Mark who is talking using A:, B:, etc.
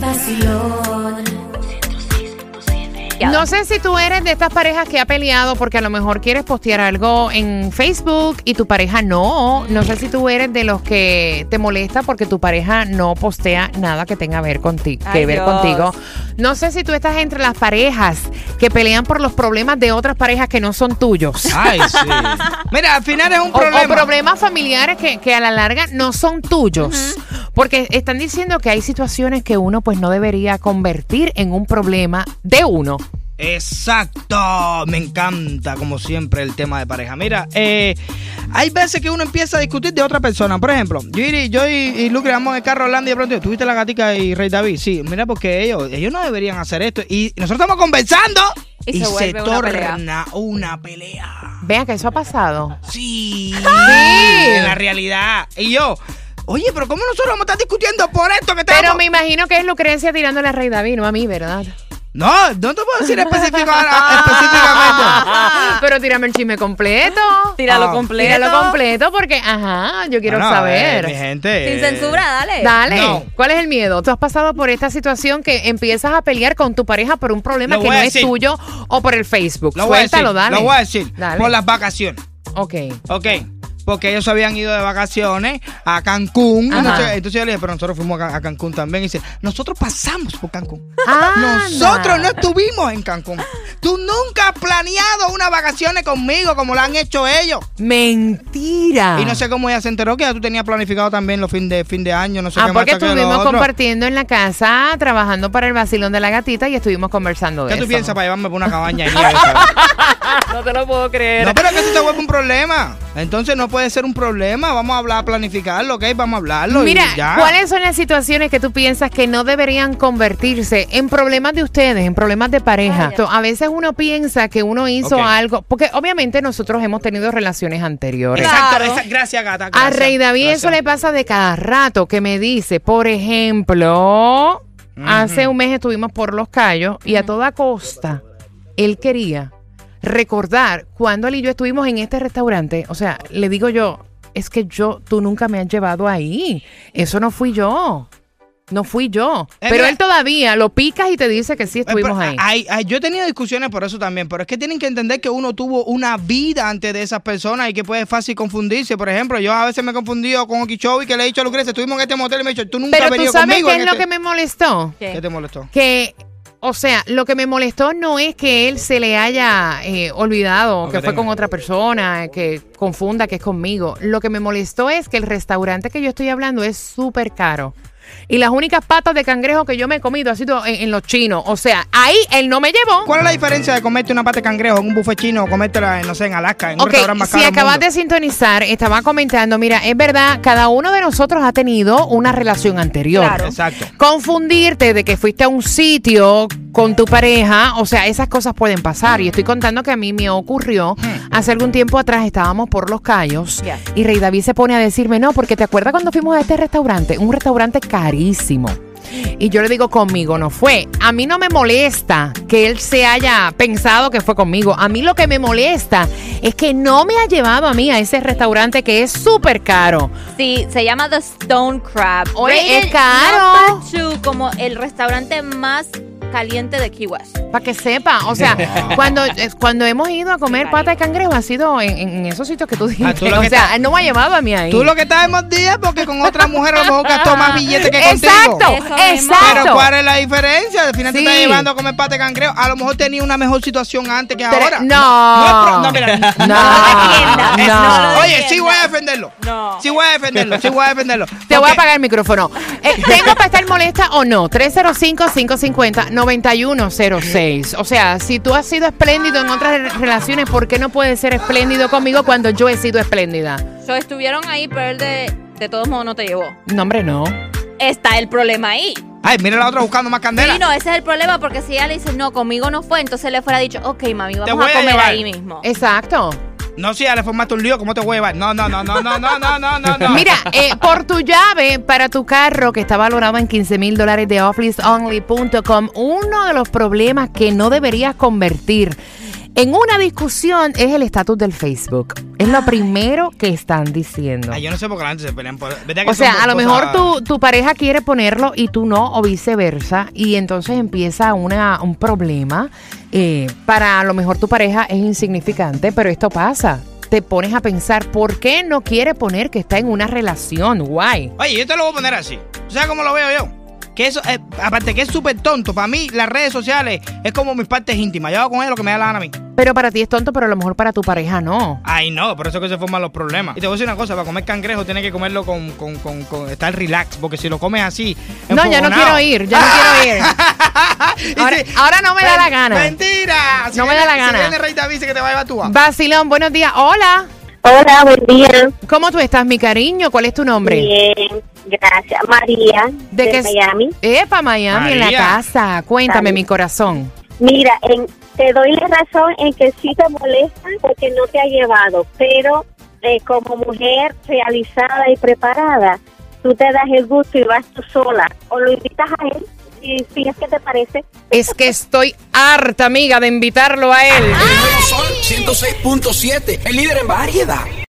A: Vacilón.
B: No sé si tú eres de estas parejas que ha peleado porque a lo mejor quieres postear algo en Facebook y tu pareja no. No sé si tú eres de los que te molesta porque tu pareja no postea nada que tenga ver conti- que
C: Ay,
B: ver
C: Dios.
B: contigo. No sé si tú estás entre las parejas que pelean por los problemas de otras parejas que no son tuyos.
D: Ay, sí. Mira, al final es un
B: O-
D: problema.
B: O, problemas familiares que, que a la larga no son tuyos. Porque están diciendo que hay situaciones que uno pues no debería convertir en un problema de uno.
D: Exacto. Me encanta, como siempre, el tema de pareja. Mira, eh, hay veces que uno empieza a discutir de otra persona. Por ejemplo, yo y, yo y, y Lucre vamos en el carro hablando y de pronto, ¿tuviste la gatica y Rey David? Sí, mira, porque ellos, ellos no deberían hacer esto. Y nosotros estamos conversando
C: Y se vuelve una pelea.
D: torna una pelea.
B: Vean que eso ha pasado.
D: Sí, en la realidad. Y yo, oye, pero ¿cómo nosotros vamos a estar discutiendo por esto que estamos?
B: Pero me imagino que es Lucrecia tirándole a Rey David, no a mí, ¿verdad?
D: No, no te puedo decir específico ahora- específicamente.
B: Pero tírame el chisme completo.
C: Tíralo
D: Ah,
C: completo.
B: Tíralo completo porque, ajá, yo quiero
D: No, no, eh, mi
B: saber.
D: gente.
C: Sin
D: eh,
C: censura, dale.
B: Dale,
D: No.
B: ¿cuál es el miedo? Tú has pasado por esta situación que empiezas a pelear con tu pareja por un problema
D: Lo
B: que
D: voy
B: no
D: a
B: es
D: decir.
B: tuyo o por el Facebook.
D: Lo voy a decir.
B: Suéltalo, dale.
D: Lo voy a decir.
B: Dale.
D: Por las vacaciones.
B: Ok.
D: Ok. Porque ellos habían ido de vacaciones a Cancún.
B: Ajá.
D: Entonces, entonces yo le dije, pero nosotros fuimos a, Can- a Cancún también. Y dice, nosotros pasamos por Cancún.
B: Anda.
D: Nosotros Ah, no estuvimos en Cancún. Tú nunca has planeado unas vacaciones conmigo como lo han hecho ellos.
B: Mentira.
D: Y no sé cómo ella se enteró que ya tú tenías planificado también los fin de, fin de año, no sé
B: Ah,
D: qué más.
B: porque
D: hasta que lo
B: estuvimos
D: otro.
B: compartiendo en la casa, trabajando para el vacilón de la gatita y estuvimos conversando de
D: ¿Qué tú
B: eso.
D: piensas para llevarme por una cabaña? ahí, esa?
C: No te lo puedo creer.
D: No, pero es que eso te vuelve un problema. Entonces no puede ser un problema. Vamos a hablar, planificarlo, ¿ok? Vamos a hablarlo. y
B: Mira,
D: ya.
B: ¿cuáles son las situaciones que tú piensas que no deberían convertirse en problemas de ustedes, en problemas de pareja?
C: Vaya.
B: To- A veces uno piensa que uno hizo
D: Ok.
B: algo, porque obviamente nosotros hemos tenido relaciones anteriores.
D: Exacto,
C: Claro.
D: esa- gracias, gata.
B: A
D: gracias.
B: Rey David eso le
D: Gracias.
B: pasa de cada rato que me dice, por ejemplo, hace un mes estuvimos por Los Cayos y a toda costa él quería recordar cuando él y yo estuvimos en este restaurante. O sea, le digo yo, es que yo, tú nunca me has llevado ahí. Eso no fui yo. No fui yo.
D: Eh,
B: Pero
D: mira.
B: él todavía lo picas y te dice que sí
D: Eh, pero,
B: estuvimos ahí.
D: ay, ay, yo he tenido discusiones por eso también, pero es que tienen que entender que uno tuvo una vida antes de esas personas y que puede fácil confundirse. Por ejemplo, yo a veces me he confundido con Okichobi que le he dicho a Lucrecia, estuvimos en este motel y me ha dicho, tú nunca has
B: Pero tú
D: venido
B: sabes
D: conmigo.
B: qué
D: en
B: es lo
D: este-
B: que me molestó.
C: ¿Qué?
D: ¿Qué te molestó?
B: que, o sea, lo que me molestó no es que él se le haya eh, olvidado
D: O
B: que
D: que
B: fue
D: tenga.
B: con otra persona, eh, que confunda que es conmigo. Lo que me molestó es que el restaurante que yo estoy hablando es súper caro. Y las únicas patas de cangrejo que yo me he comido ha sido en, en los chinos. O sea, ahí él no me llevó.
D: ¿Cuál es la diferencia de comerte una pata de cangrejo en un buffet chino o comértela, en, no sé, en Alaska, en un
B: Ok,
D: restaurante más
B: si
D: caro del
B: acabas
D: mundo?
B: de sintonizar, estaba comentando, mira, es verdad, cada uno de nosotros ha tenido una relación anterior.
C: Claro.
D: Exacto.
B: confundirte de que fuiste a un sitio con tu pareja, o sea, esas cosas pueden pasar. Y estoy contando que a mí me ocurrió hace algún tiempo atrás, estábamos por Los Cayos
C: Yeah.
B: y Rey David se pone a decirme, no, porque te acuerdas cuando fuimos a este restaurante, un restaurante carísimo. Y yo le digo, conmigo no fue. A mí no me molesta que él se haya pensado que fue conmigo. A mí lo que me molesta es que no me ha llevado a mí a ese restaurante que es súper caro.
C: Sí, se llama The Stone Crab.
B: Oye,
C: Rated
B: es caro.
C: number two, como el restaurante más caliente de Key West.
B: Para que sepa, o sea, cuando, eh, cuando hemos ido a comer pata de cangrejo ha sido en, en- en esos sitios que tú dijiste.
D: Ah, tú lo
B: o
D: que
B: sea, él no me ha llevado a mí ahí.
D: Tú lo que estás en mordida es porque con otra mujer a lo mejor gastó más billetes que contigo.
B: Exacto,
C: Eso mismo.
D: Pero
B: exacto.
D: ¿cuál es la diferencia? Al final
B: Sí.
D: te está llevando a comer pata de cangrejo. A lo mejor tenía una mejor situación antes que
B: Tre-
D: ahora.
B: No.
D: No, es pro- no, mira.
B: No.
C: No.
D: Es-
B: No.
D: Oye, sí voy a defenderlo.
C: No.
D: Sí voy a defenderlo, sí voy a defenderlo.
B: Te voy a
D: Porque-
B: apagar el micrófono. Eh, ¿Tengo para estar molesta o no? 305-550-9106. O sea, si tú has sido espléndido en otras re- relaciones, ¿por qué no puedes ser espléndido conmigo cuando yo he sido espléndida?
C: So, estuvieron ahí, pero él de, de todos modos no te llevó.
B: No, hombre, no.
C: Está el problema ahí.
D: Ay, mira la otra buscando más candela.
C: Sí, no, ese es el problema porque si ella le dice, no, conmigo no fue, entonces le fuera dicho, ok, mami, vamos
D: voy
C: a
D: a
C: comer
D: llevar.
C: ahí mismo.
B: Exacto.
D: No, si ya le formaste un lío, ¿cómo te voy a llevar? No, no, no, no, no, no, no, no, no, no.
B: Mira, eh, por tu llave para tu carro que está valorado en 15 mil dólares de officeonly.com, uno de los problemas que no deberías convertir en una discusión es el estatus del Facebook. Es lo primero que están diciendo.
D: Ay, yo no sé por qué la gente se pelean por. ¿Verdad que
B: O
D: son
B: sea, a lo
D: cosas-
B: mejor tu, tu pareja quiere ponerlo y tú no, o viceversa, y entonces empieza una, un problema. eh, para a lo mejor tu pareja es insignificante, pero esto pasa. Te pones a pensar, ¿por qué no quiere poner que está en una relación? Guay.
D: Oye, yo te lo voy a poner así. O sea, cómo lo veo yo? Que eso, eh, aparte que es súper tonto. Para mí, las redes sociales es como mis partes íntimas. Yo hago con ellas lo que me da la gana a mí.
B: Pero para ti es tonto, pero a lo mejor para tu pareja no.
D: Ay, no, por eso es que se forman los problemas. Y te voy a decir una cosa: para comer cangrejo tienes que comerlo con, con, con, con- estar relax. Porque si lo comes así.
B: No, ya no
D: enfogonado.
B: quiero ir, ya no quiero ir.
D: Y
B: Ahora,
D: si-
B: ahora no me da la gana.
D: Mentira. Si
B: No me
D: viene-
B: da la gana.
D: Si viene Rey David, dice que te va a llevar tú. ah.
B: Basilón, buenos días. Hola.
E: Hola, buen día.
B: ¿Cómo tú estás, mi cariño? ¿Cuál es tu nombre?
E: Bien, gracias. María, de,
B: qué-
E: Miami.
B: Epa, Miami, en la
D: María.
B: casa. Cuéntame,
E: Salud.
B: mi corazón.
E: Mira, en- te doy la razón en que sí te molesta porque no te ha llevado, pero eh, como mujer realizada y preparada, tú te das el gusto y vas tú sola o lo invitas a él, si, si es que te parece.
B: Es que estoy harta, amiga, de invitarlo a él.
F: Son 106.7, el líder en variedad.